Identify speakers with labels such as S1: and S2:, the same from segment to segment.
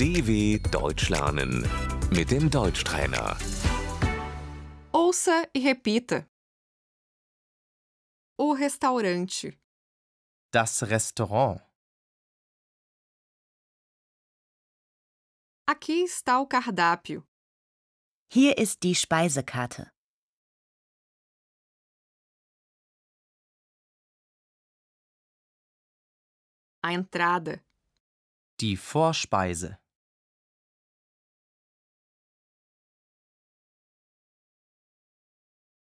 S1: DW Deutsch lernen mit dem Deutschtrainer.
S2: Ouça e repita. O restaurante.
S3: Das Restaurant.
S2: Aqui está o cardápio.
S4: Hier ist die Speisekarte.
S2: A entrada.
S3: Die Vorspeise.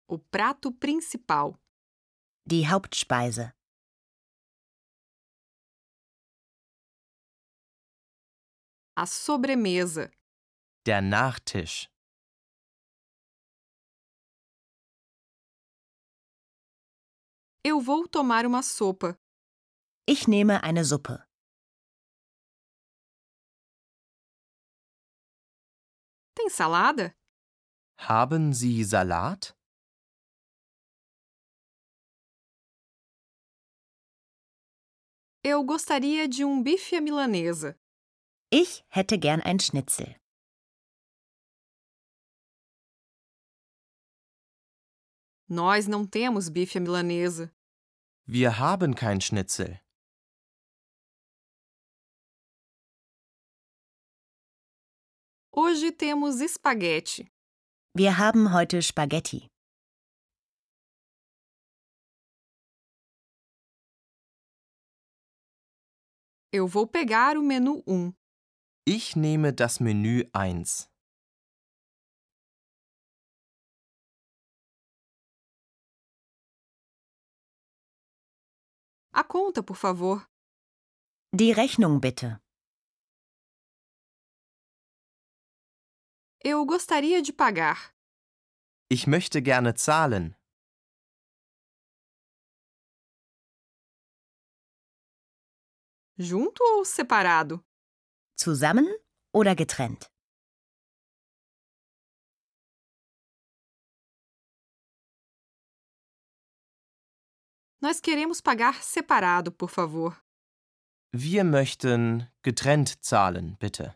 S2: O prato principal.
S4: Die Hauptspeise.
S2: A sobremesa.
S3: Der Nachtisch.
S2: Eu vou tomar uma sopa.
S4: Ich nehme eine Suppe.
S2: Tem salada?
S3: Haben Sie Salat?
S2: Eu gostaria de um bife à milanesa.
S4: Ich hätte gern ein Schnitzel.
S2: Nós não temos bife à milanesa.
S3: Wir haben kein Schnitzel.
S2: Hoje temos espaguete.
S4: Wir haben heute Spaghetti.
S2: Eu vou pegar o menu 1.
S3: Ich nehme das Menü 1.
S2: A conta, por favor.
S4: Die Rechnung bitte.
S2: Eu gostaria de pagar.
S3: Ich möchte gerne zahlen.
S2: Junto ou separado?
S4: Zusammen oder getrennt?
S2: Nós queremos pagar separado, por favor.
S3: Wir möchten getrennt zahlen, bitte.